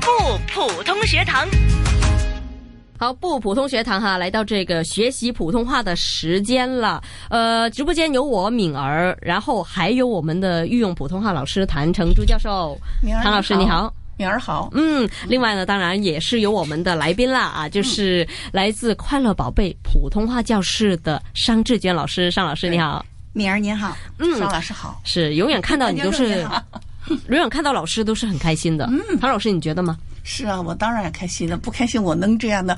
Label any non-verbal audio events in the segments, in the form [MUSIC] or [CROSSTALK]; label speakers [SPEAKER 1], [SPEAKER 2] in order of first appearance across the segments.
[SPEAKER 1] 普通学堂。
[SPEAKER 2] 好，不普通学堂哈，来到这个学习普通话的时间了。呃，直播间有我敏儿，然后还有我们的御用普通话老师谭成珠教授。
[SPEAKER 3] 敏儿
[SPEAKER 2] 谭老师你好。
[SPEAKER 3] 敏儿好，
[SPEAKER 2] 嗯，另外呢，当然也是有我们的来宾啦啊，就是来自快乐宝贝普通话教室的商志娟老师，尚老师你好。
[SPEAKER 3] 敏儿您好，
[SPEAKER 2] 嗯
[SPEAKER 3] 邵老师好，
[SPEAKER 2] 是永远看到你都
[SPEAKER 3] 大家
[SPEAKER 2] 是
[SPEAKER 3] 都好，
[SPEAKER 2] 永远看到老师都是很开心的。嗯，唐老师，你觉得吗？
[SPEAKER 3] 是啊，我当然开心了，不开心我能这样的。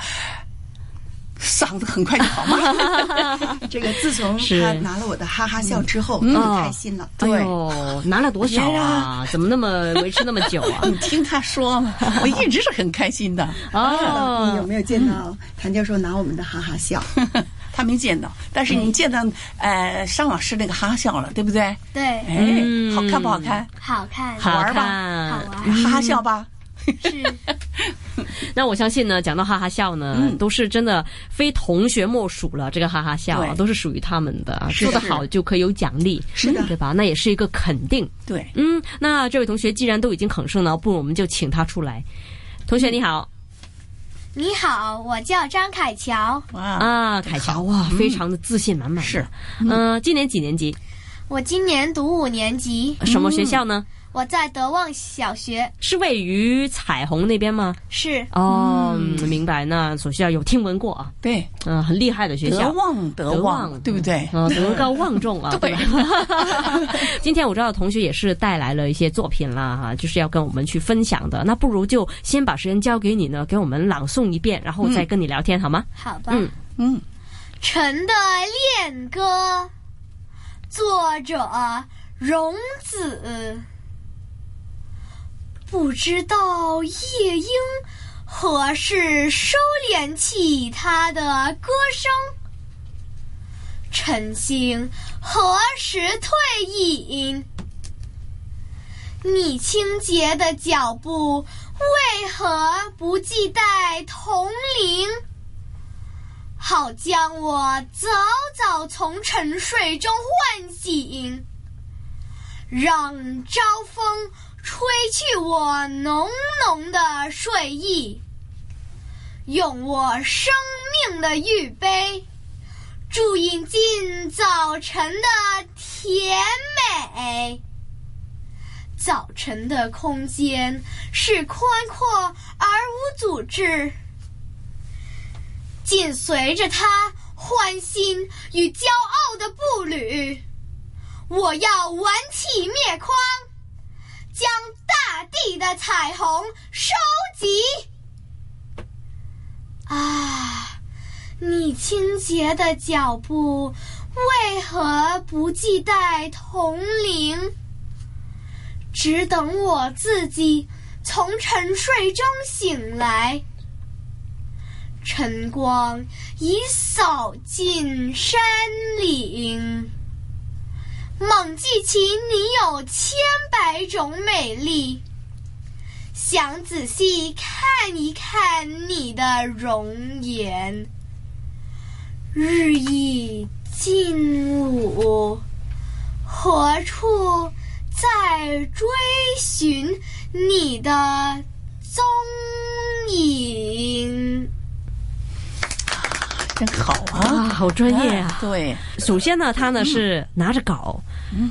[SPEAKER 3] 嗓子很快就好吗？
[SPEAKER 2] [LAUGHS]
[SPEAKER 3] 这个自从
[SPEAKER 2] 是
[SPEAKER 3] 他拿了我的哈哈笑之后，
[SPEAKER 2] 嗯
[SPEAKER 3] 更
[SPEAKER 2] 哦
[SPEAKER 3] 开心了。
[SPEAKER 2] 哎
[SPEAKER 3] 对，哎
[SPEAKER 2] 呦，拿了多少啊？怎么那么维持那么久
[SPEAKER 3] [LAUGHS]
[SPEAKER 2] 啊？
[SPEAKER 3] 哦你听他说嘛，我一直是很开心的。
[SPEAKER 4] 你有
[SPEAKER 2] 哦，
[SPEAKER 4] 没有见到谭教授拿我们的哈哈笑？
[SPEAKER 3] 他没见到，但是
[SPEAKER 2] 嗯
[SPEAKER 3] 你见到呃尚老师那个哈哈笑了，对不对？
[SPEAKER 5] 对，
[SPEAKER 3] 哎
[SPEAKER 2] 嗯，
[SPEAKER 3] 好看不好看？
[SPEAKER 5] 好看，
[SPEAKER 2] 好啊
[SPEAKER 3] 玩
[SPEAKER 2] 看
[SPEAKER 3] 吧
[SPEAKER 5] 好。玩
[SPEAKER 3] 哈
[SPEAKER 2] 嗯
[SPEAKER 3] 哈笑吧，
[SPEAKER 5] 是，
[SPEAKER 2] 那我相信呢，讲到哈哈笑呢，
[SPEAKER 3] 嗯
[SPEAKER 2] 都是真的非同学莫属了。这个哈哈笑啊
[SPEAKER 3] 对
[SPEAKER 2] 都是属于他们的啊，
[SPEAKER 3] 是
[SPEAKER 2] 说
[SPEAKER 3] 的
[SPEAKER 2] 得好就可以有奖励，
[SPEAKER 3] 是的
[SPEAKER 2] 对吧？那也是一个肯定。
[SPEAKER 3] 对，
[SPEAKER 2] 嗯，那这位同学既然都已经肯胜了，不如我们就请他出来。同学你好
[SPEAKER 5] 你好，我叫张凯乔，
[SPEAKER 3] 哇，
[SPEAKER 2] 啊，凯乔哇，非常的自信满满的。
[SPEAKER 3] 嗯是，
[SPEAKER 2] 嗯，今年几年级？
[SPEAKER 5] 我今年读五年级，
[SPEAKER 2] 什么学校呢？
[SPEAKER 3] 嗯
[SPEAKER 5] 我在德望小学，
[SPEAKER 2] 是位于彩虹那边吗？
[SPEAKER 5] 是
[SPEAKER 2] 哦，嗯明白。那所需要有听闻过啊，
[SPEAKER 3] 对，
[SPEAKER 2] 嗯、很厉害的学
[SPEAKER 3] 德
[SPEAKER 2] 校。
[SPEAKER 3] 望德
[SPEAKER 2] 德
[SPEAKER 3] 望，
[SPEAKER 2] 望
[SPEAKER 3] 对不对？
[SPEAKER 2] 呃，德高望重啊！
[SPEAKER 3] 对
[SPEAKER 2] 吧 [LAUGHS] 今天我知道同学也是带来了一些作品啦，哈，就是要跟我们去分享的。那不如就先把时间交给你呢，给我们朗诵一遍，然后再跟你聊天，好吗？
[SPEAKER 5] 好吧？
[SPEAKER 2] 嗯
[SPEAKER 3] 嗯，
[SPEAKER 5] 晨的恋歌，作者荣子。不知道夜莺何时收敛起它的歌声，晨星何时退隐？你清洁的脚步为何不系带铜铃？好将我早早从沉睡中唤醒，让朝风吹去我浓浓的睡意，用我生命的玉杯注饮尽早晨的甜美。早晨的空间是宽阔而无组织。紧随着他欢欣与骄傲的步履。我要挽起面筐，将大地的彩虹收集。啊，你清洁的脚步为何不系带铜铃？只等我自己从沉睡中醒来。晨光已扫尽山岭。猛记起你有千百种美丽，想仔细看一看你的容颜。日已近午，何处在追寻你的踪影？
[SPEAKER 3] 真好啊，
[SPEAKER 2] 啊，好专业啊！
[SPEAKER 3] 对，
[SPEAKER 2] 首先呢，他呢是拿着稿，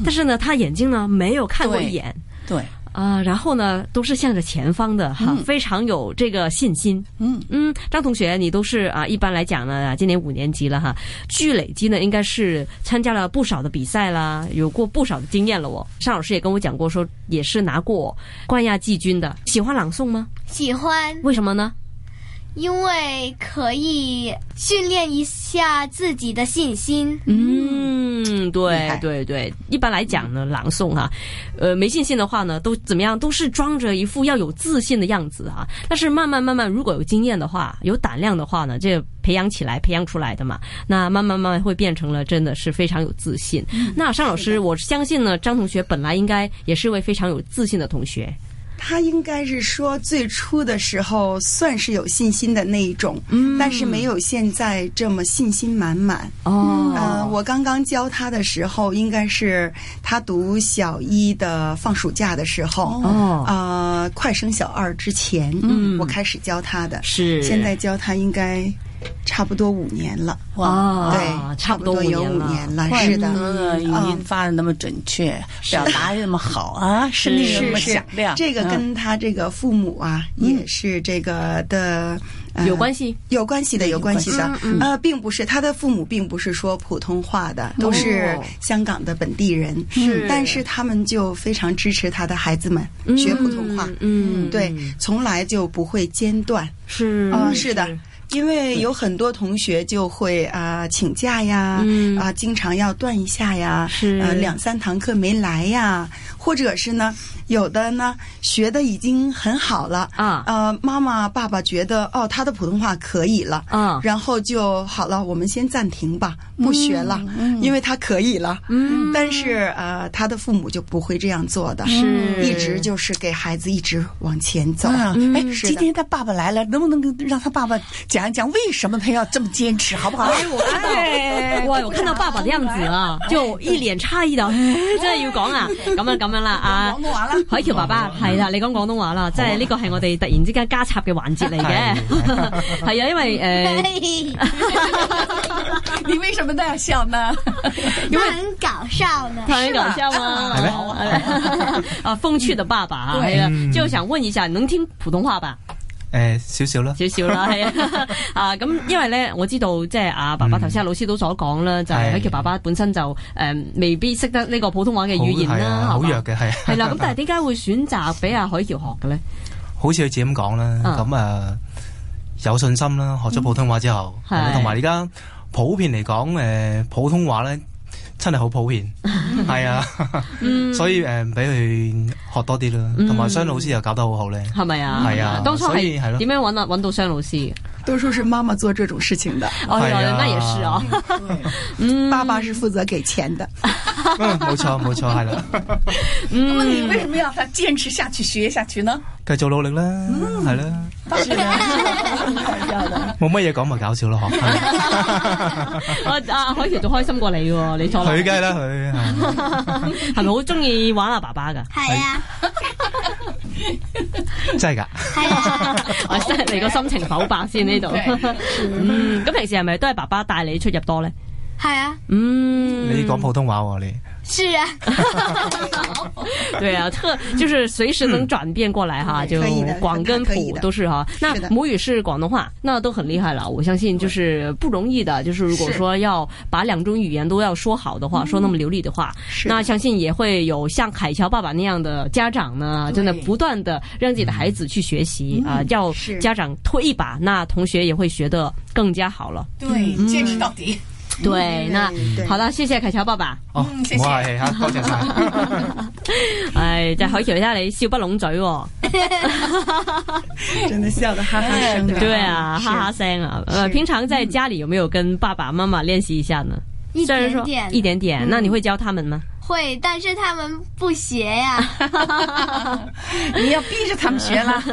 [SPEAKER 2] 但是呢，他眼睛呢没有看过
[SPEAKER 3] 对
[SPEAKER 2] 一眼
[SPEAKER 3] 对，
[SPEAKER 2] 啊、然后呢都是向着前方的哈，非常有这个信心。
[SPEAKER 3] 嗯。
[SPEAKER 2] 嗯，张同学，你都是啊，一般来讲呢，今年五年级了哈，据累积呢，应该是参加了不少的比赛啦，有过不少的经验了哦。尚老师也跟我讲过说，也是拿过冠亚季军的。喜欢朗诵吗？
[SPEAKER 5] 喜欢，
[SPEAKER 2] 为什么呢？
[SPEAKER 5] 因为可以训练一下自己的信心。
[SPEAKER 2] 嗯，
[SPEAKER 3] 厉
[SPEAKER 2] 对
[SPEAKER 3] 害
[SPEAKER 2] 对对，一般来讲呢，朗诵哈、呃，没信心的话呢，都怎么样，都是装着一副要有自信的样子啊。但是慢慢慢慢，如果有经验的话，有胆量的话呢，这培养起来、培养出来的嘛，那慢慢慢慢会变成了真的是非常有自信。
[SPEAKER 4] 嗯
[SPEAKER 2] 那尚老师，我相信呢，张同学本来应该也是位非常有自信的同学。
[SPEAKER 4] 他应该是说最初的时候算是有信心的那一种，嗯，但是没有现在这么信心满满。
[SPEAKER 2] 哦，
[SPEAKER 4] 呃，我刚刚教他的时候，应该是他读小一的放暑假的时候，
[SPEAKER 2] 哦
[SPEAKER 4] 呃，快升小二之前，
[SPEAKER 2] 嗯
[SPEAKER 4] 我开始教他的，
[SPEAKER 2] 是
[SPEAKER 4] 现在教他应该差不多五年了，
[SPEAKER 2] 啊，
[SPEAKER 4] 对，
[SPEAKER 2] 差
[SPEAKER 4] 差
[SPEAKER 2] 不
[SPEAKER 4] 不
[SPEAKER 2] 多
[SPEAKER 4] 多有
[SPEAKER 2] 五
[SPEAKER 4] 五年
[SPEAKER 2] 了。
[SPEAKER 4] 了，
[SPEAKER 3] 怪
[SPEAKER 4] 是
[SPEAKER 3] 不
[SPEAKER 4] 的，
[SPEAKER 3] 得语音发哦的那嗯么准确，表达得那么好啊，
[SPEAKER 2] 嗯
[SPEAKER 3] 声音
[SPEAKER 4] 是
[SPEAKER 3] 那么
[SPEAKER 4] 是
[SPEAKER 3] 响亮。嗯
[SPEAKER 4] 这个跟他这个父母啊，也是这个的、呃
[SPEAKER 2] 有关系。
[SPEAKER 4] 有关系的，有关系的
[SPEAKER 2] 关。系嗯
[SPEAKER 4] 呃，并不是他的父母并不是说普通话的，都是香港的本地人，
[SPEAKER 2] 哦是
[SPEAKER 4] 但是他们就非常支持他的孩子们
[SPEAKER 2] 嗯
[SPEAKER 4] 学普通话，
[SPEAKER 2] 嗯，
[SPEAKER 4] 对，从来就不会间断。
[SPEAKER 2] 是
[SPEAKER 4] 啊、是的，
[SPEAKER 2] 嗯
[SPEAKER 4] 因为有很多同学就会啊、请假呀，啊、
[SPEAKER 2] 嗯
[SPEAKER 4] 经常要断一下呀，
[SPEAKER 2] 是
[SPEAKER 4] 呃两三堂课没来呀，或者是呢，有的呢学的已经很好了
[SPEAKER 2] 啊
[SPEAKER 4] 呃妈妈爸爸觉得哦他的普通话可以了。
[SPEAKER 2] 啊，
[SPEAKER 4] 然后就好了，我们先暂停吧，不学了，因为他可以了。
[SPEAKER 2] 嗯，
[SPEAKER 4] 但是呃，他的父母就不会这样做的，
[SPEAKER 2] 是嗯
[SPEAKER 4] 一直就是给孩子一直往前走。
[SPEAKER 3] 啊，哎，
[SPEAKER 4] 是
[SPEAKER 3] 今
[SPEAKER 4] 的
[SPEAKER 3] 天他爸爸来了，能不能跟让他爸爸讲一讲为什么他要这么坚持，好不好？哎，我看
[SPEAKER 1] 哎
[SPEAKER 2] 哇！我看到爸爸的样子啊，就一臉诧異到，
[SPEAKER 1] 哎
[SPEAKER 2] 真係要講啊！咁樣咁樣啦，啊
[SPEAKER 3] 廣東話啦，
[SPEAKER 2] 海橋爸爸
[SPEAKER 1] 嗯
[SPEAKER 2] 係啦，你講廣東話
[SPEAKER 1] 啊
[SPEAKER 2] 啦，即係呢個係我哋突然之間加插嘅環節嚟嘅，係啊，因為
[SPEAKER 5] 哎
[SPEAKER 2] 诶。
[SPEAKER 1] [LAUGHS]
[SPEAKER 2] 呃
[SPEAKER 3] [LAUGHS] 你为什么那样笑呢？
[SPEAKER 5] 他很搞笑呢。
[SPEAKER 2] 他很搞笑吗？
[SPEAKER 1] 是吧嗯
[SPEAKER 2] 啊， [LAUGHS] 啊，风趣的爸爸啊，
[SPEAKER 3] 对
[SPEAKER 2] 係啊，就想問一下，能聽普通話吧？
[SPEAKER 1] 诶，呃少少啦，
[SPEAKER 2] 少少
[SPEAKER 1] [LAUGHS]
[SPEAKER 2] 啦，係啊，啊咁，因為咧，我知道即係啊，爸爸頭先阿老師都所講啦，就係
[SPEAKER 1] 係
[SPEAKER 2] 海橋爸爸本身就誒、未必識得呢個普通話嘅語言
[SPEAKER 1] 好係
[SPEAKER 2] 啦
[SPEAKER 1] 啊，好
[SPEAKER 2] 係嘛
[SPEAKER 1] 弱嘅係。
[SPEAKER 2] 係啦，咁
[SPEAKER 1] [LAUGHS]
[SPEAKER 2] 但係點解會選擇俾阿海橋學嘅咧？
[SPEAKER 1] 好似佢自己咁講啦，
[SPEAKER 2] 嗯
[SPEAKER 1] 咁诶有信心啦，學咗普通話之後，
[SPEAKER 2] 嗯係
[SPEAKER 1] 同埋而家普遍嚟講，诶普通話咧真係好普
[SPEAKER 2] [LAUGHS]
[SPEAKER 1] 遍，係啊，
[SPEAKER 2] 嗯
[SPEAKER 1] [LAUGHS] 所以诶俾佢學多啲啦，同埋雙老師又搞得好好咧，
[SPEAKER 2] 係咪啊？
[SPEAKER 1] 係啊
[SPEAKER 2] 當初
[SPEAKER 1] 所以係
[SPEAKER 2] 係
[SPEAKER 1] 咯
[SPEAKER 2] 點樣揾啊？揾到商老師嘅？
[SPEAKER 4] 都说是妈妈做这种事情的，
[SPEAKER 2] 哦，原來
[SPEAKER 1] 係啊
[SPEAKER 2] 那也是哦。
[SPEAKER 1] [LAUGHS]
[SPEAKER 4] 爸爸
[SPEAKER 3] 嗯
[SPEAKER 4] 是负责给钱的。
[SPEAKER 1] 嗯冇錯冇錯，
[SPEAKER 2] [LAUGHS]
[SPEAKER 1] 係啦，
[SPEAKER 3] 那么你为什么要他坚持下去、学下去呢？
[SPEAKER 1] 繼續努力啦，
[SPEAKER 2] 嗯
[SPEAKER 1] 係啦，
[SPEAKER 3] [LAUGHS]
[SPEAKER 1] 冇乜嘢講咪搞笑咯，
[SPEAKER 2] [LAUGHS]
[SPEAKER 1] 學係
[SPEAKER 2] 我啊阿海橋仲開心過你喎，你坐落
[SPEAKER 1] 佢梗係啦，佢係
[SPEAKER 2] 係咪好中意玩阿爸爸
[SPEAKER 1] [LAUGHS]
[SPEAKER 2] 㗎？
[SPEAKER 5] 系啊，
[SPEAKER 1] 真係㗎。
[SPEAKER 5] 系啊，
[SPEAKER 2] 我真
[SPEAKER 1] 哦
[SPEAKER 2] 係你個心情剖白先
[SPEAKER 1] [LAUGHS]
[SPEAKER 2] 呢度。嗯，咁平時係咪都係爸爸帶你出入多咧？
[SPEAKER 5] 系啊，
[SPEAKER 2] 嗯，
[SPEAKER 1] 你講普通話喎你，
[SPEAKER 5] 是啊，
[SPEAKER 4] [LAUGHS]
[SPEAKER 2] 对啊，特就是随时能转变过来哈，就
[SPEAKER 4] 嗯可以的
[SPEAKER 2] 广跟
[SPEAKER 4] 可以
[SPEAKER 2] 普
[SPEAKER 4] 的
[SPEAKER 2] 都是哈。那
[SPEAKER 4] 是的
[SPEAKER 2] 母语是广东话，那都很厉害了。我相信就是不容易的，就是如果说要把两种语言都要说好的话，说那么流利的话，
[SPEAKER 4] 嗯是的
[SPEAKER 2] 那相信也会有像海桥爸爸那样的家长呢，真的不断的让自己的孩子去学习啊，要
[SPEAKER 4] 嗯是
[SPEAKER 2] 家长推一把，那同学也会学得更加好了。
[SPEAKER 3] 对，坚持到底。
[SPEAKER 2] 对，那
[SPEAKER 4] 嗯对
[SPEAKER 2] 好了，谢谢凯桥爸爸。
[SPEAKER 1] 哦，
[SPEAKER 3] 嗯
[SPEAKER 1] 唔
[SPEAKER 3] 謝謝
[SPEAKER 1] 好客氣嚇，多謝晒。
[SPEAKER 2] 唉，就海桥，睇下你笑不拢嘴喎、
[SPEAKER 4] 真的笑得哈哈
[SPEAKER 3] 哎
[SPEAKER 4] 生的。
[SPEAKER 2] 对啊，哈哈声啊！呃，
[SPEAKER 4] 是
[SPEAKER 2] 平常在家里有没有跟爸爸妈妈练习一下呢？
[SPEAKER 5] 一
[SPEAKER 2] 虽然
[SPEAKER 5] 点
[SPEAKER 2] 说
[SPEAKER 5] 点
[SPEAKER 2] 一点点，那你会教他们吗？
[SPEAKER 5] 会，但是他们不学呀、
[SPEAKER 3] 你要逼着他们学了。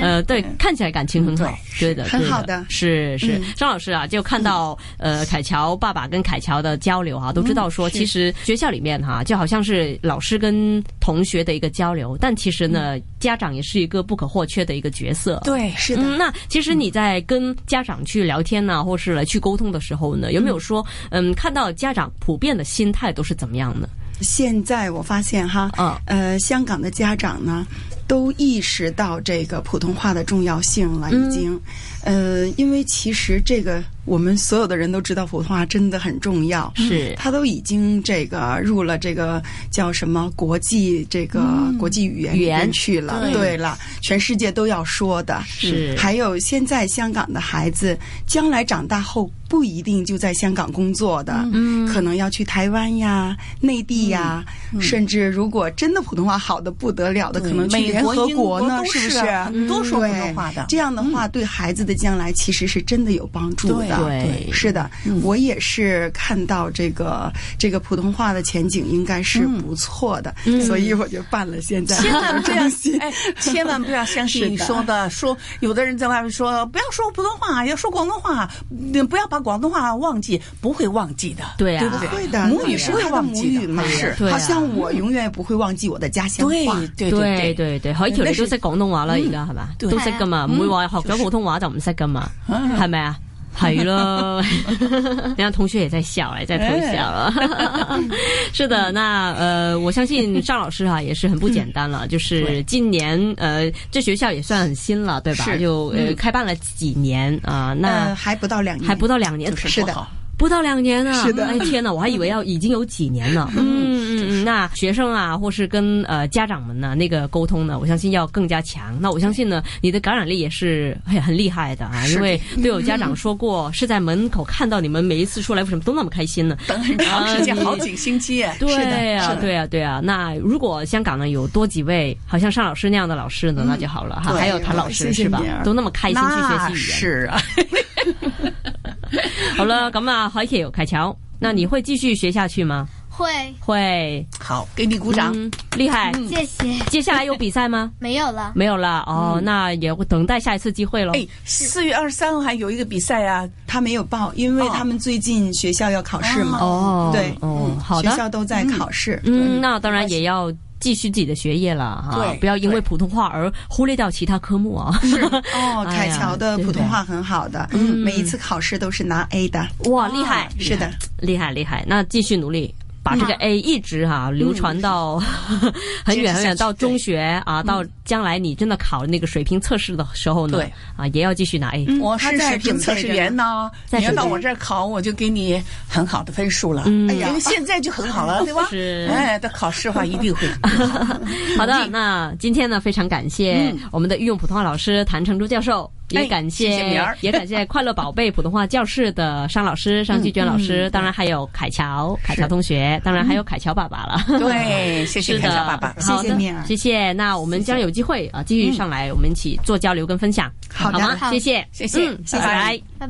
[SPEAKER 2] 呃，对，看起来感情很好，对的，
[SPEAKER 4] 很
[SPEAKER 2] 对
[SPEAKER 4] 好的
[SPEAKER 2] 是是。张老师啊，就看到呃，凯乔爸爸跟凯乔的交流啊哈，都知道说，其实学校里面哈，就好像是老师跟同学的一个交流，但其实呢，家长也是一个不可或缺的一个角色。
[SPEAKER 3] 对，
[SPEAKER 4] 是的，
[SPEAKER 2] 嗯，那其实你在跟家长去聊天呐、或是来去沟通的时候呢，有没有说，嗯，看到家长普遍的心态都是怎么样的？
[SPEAKER 4] 嗯现在我发现哈，
[SPEAKER 2] 嗯
[SPEAKER 4] 呃，香港的家长呢，都意识到这个普通话的重要性了，
[SPEAKER 3] 嗯
[SPEAKER 4] 已经。呃，因为其实这个我们所有的人都知道，普通话真的很重要。
[SPEAKER 2] 是
[SPEAKER 4] 他都已经这个入了这个叫什么国际这个国际语言
[SPEAKER 2] 语
[SPEAKER 4] 里
[SPEAKER 2] 言
[SPEAKER 4] 面去了，
[SPEAKER 2] 对
[SPEAKER 4] 对了，全世界都要说的。
[SPEAKER 2] 是
[SPEAKER 4] 还有现在香港的孩子，将来长大后不一定就在香港工作的，嗯，可能要去台湾呀、内地呀，甚至如果真的普通话好的不得了的，可能去
[SPEAKER 3] 美
[SPEAKER 4] 美国、
[SPEAKER 3] 英
[SPEAKER 4] 英国呢，
[SPEAKER 3] 都
[SPEAKER 4] 是不
[SPEAKER 3] 是
[SPEAKER 4] 是？
[SPEAKER 3] 啊很多说普通话的
[SPEAKER 4] 对，这样的话对孩子的将来其实是真的有帮助的。
[SPEAKER 2] 对对
[SPEAKER 4] 是的，我也是看到这个这个普通话的前景应该是不错的，所以我就办了现在
[SPEAKER 3] 千
[SPEAKER 4] [LAUGHS]
[SPEAKER 3] 万不要。
[SPEAKER 4] 中心
[SPEAKER 3] 哎，千万不要相信你
[SPEAKER 4] 是的
[SPEAKER 3] 说的，说有的人在外面说不要说普通话，要说广东话，嗯不要把广东话忘记，不会忘记的。
[SPEAKER 2] 对啊
[SPEAKER 3] 对
[SPEAKER 4] 不
[SPEAKER 3] 不
[SPEAKER 4] 会
[SPEAKER 3] 对？
[SPEAKER 4] 的，
[SPEAKER 3] 母
[SPEAKER 4] 那
[SPEAKER 3] 语是
[SPEAKER 4] 是他
[SPEAKER 3] 哎会
[SPEAKER 4] 的
[SPEAKER 3] 忘
[SPEAKER 4] 母
[SPEAKER 3] 记的
[SPEAKER 4] 语嘛，
[SPEAKER 3] 是
[SPEAKER 2] 对啊
[SPEAKER 4] 好像我永远不会忘记我的家乡
[SPEAKER 3] 对
[SPEAKER 4] 话。
[SPEAKER 2] 對
[SPEAKER 3] 对对
[SPEAKER 2] 對對，可以條條都識廣東話啦，而家係嘛，
[SPEAKER 3] 對
[SPEAKER 2] 都識噶嘛，唔會話學咗普通話就唔識噶嘛，係咪啊？係咯，人家同學也在笑，也在偷笑了。是的，那呃，我相信赵老师哈、也是很不简单了，就是今年呃，这学校也算很新了，对吧？
[SPEAKER 3] 是
[SPEAKER 2] 就呃，开办了几年啊、那
[SPEAKER 4] 呃，还不到两年，
[SPEAKER 2] 还不到两年，
[SPEAKER 4] 是的，
[SPEAKER 2] 不到两年啊！
[SPEAKER 4] 是的
[SPEAKER 2] 哎天哪，我还以为要已经有几年
[SPEAKER 4] [LAUGHS]
[SPEAKER 2] 了。嗯嗯嗯，那学生啊，或是跟呃家长们呢、那个沟通呢，我相信要更加强。那我相信呢，你的感染力也是很很厉害的啊，因为都有家长说过，是在门口看到你们每一次出来，为什么都那么开心呢？
[SPEAKER 3] 等很长
[SPEAKER 2] [LAUGHS]
[SPEAKER 3] 时间，
[SPEAKER 2] 啊你
[SPEAKER 3] 好几个星期耶。
[SPEAKER 2] 对
[SPEAKER 4] 是的
[SPEAKER 2] 啊
[SPEAKER 4] 是，的
[SPEAKER 2] 对啊，对啊。那如果香港呢有多几位，好像尚老师那样的老师呢，那就好了哈。
[SPEAKER 4] 嗯对
[SPEAKER 2] 还有谭老师
[SPEAKER 4] 谢谢
[SPEAKER 2] 是吧
[SPEAKER 4] 你啊？
[SPEAKER 2] 都那么开心去学
[SPEAKER 3] 那
[SPEAKER 2] 习语言。
[SPEAKER 3] 是啊，
[SPEAKER 2] 好了，咁啊，海琪凯乔，那你会继续学下去吗？
[SPEAKER 5] 会，
[SPEAKER 2] 会。
[SPEAKER 3] 好，给你鼓掌。
[SPEAKER 2] 嗯，厉害。
[SPEAKER 5] 谢谢。
[SPEAKER 2] 接下来有比赛吗？
[SPEAKER 5] 没有了，
[SPEAKER 2] [LAUGHS] 没有了哦，那也等待下一次机会喽。
[SPEAKER 3] 哎，四月二十三号还有一个比赛啊，
[SPEAKER 4] 他没有报，因为
[SPEAKER 3] 哦
[SPEAKER 4] 他们最近学校要考试嘛。
[SPEAKER 2] 哦，
[SPEAKER 4] 对，
[SPEAKER 2] 哦，
[SPEAKER 4] 嗯
[SPEAKER 2] 好
[SPEAKER 4] 学
[SPEAKER 2] 的，
[SPEAKER 4] 校都在考试。
[SPEAKER 2] 嗯，那当然也要。继续自己的学业了哈、
[SPEAKER 3] 对
[SPEAKER 2] 不要因为普通话而忽略掉其他科目啊！
[SPEAKER 4] 哦，
[SPEAKER 2] 哎
[SPEAKER 4] 凯
[SPEAKER 2] 呀
[SPEAKER 4] 乔的普通话很好的，每一次考试都是拿 A 的。
[SPEAKER 2] [LAUGHS] 哇，厉害，
[SPEAKER 4] 是的，
[SPEAKER 2] 厉害厉害！那继续努力，把这个 A 一直哈、流传到、很远很
[SPEAKER 3] 坚持下
[SPEAKER 2] 远，
[SPEAKER 3] 去
[SPEAKER 2] 到中学啊，到将来你真的考那个水平测试的时候呢
[SPEAKER 3] 对，
[SPEAKER 2] 啊，也要继续拿 A。
[SPEAKER 4] 嗯
[SPEAKER 3] 我
[SPEAKER 4] 他
[SPEAKER 3] 是
[SPEAKER 4] 在
[SPEAKER 3] 水平
[SPEAKER 4] 准备
[SPEAKER 3] 测试员呢，
[SPEAKER 2] 在
[SPEAKER 3] 你要
[SPEAKER 2] 准备
[SPEAKER 3] 到我这儿考，我就给你很好的分数了。
[SPEAKER 2] 嗯
[SPEAKER 3] 哎呀，因为现在就很好了，对吧？
[SPEAKER 2] [LAUGHS] 是
[SPEAKER 3] 哎，到考试的话一定会。
[SPEAKER 2] [LAUGHS] 好的，那今天呢，非常感谢我们的御用普通话老师谭成珠教授，也
[SPEAKER 3] 哎
[SPEAKER 2] 感谢
[SPEAKER 3] 谢谢明儿
[SPEAKER 2] [LAUGHS] 也感谢快乐宝贝普通话教室的商老师、商季娟老师，当然还有凯乔、凯乔同学，当然还有凯乔爸爸了。
[SPEAKER 3] [LAUGHS] 对，谢谢
[SPEAKER 2] 是
[SPEAKER 3] 凯
[SPEAKER 2] 的
[SPEAKER 3] 小爸爸，
[SPEAKER 2] 好的
[SPEAKER 4] 谢谢念儿
[SPEAKER 2] 谢谢。那我们将有机会啊，继续上来，我们一起做交流跟分享，
[SPEAKER 4] 好的
[SPEAKER 2] 吗？
[SPEAKER 5] 好
[SPEAKER 2] 谢谢，
[SPEAKER 3] 谢谢
[SPEAKER 2] 嗯，
[SPEAKER 3] 谢谢
[SPEAKER 2] 拜拜。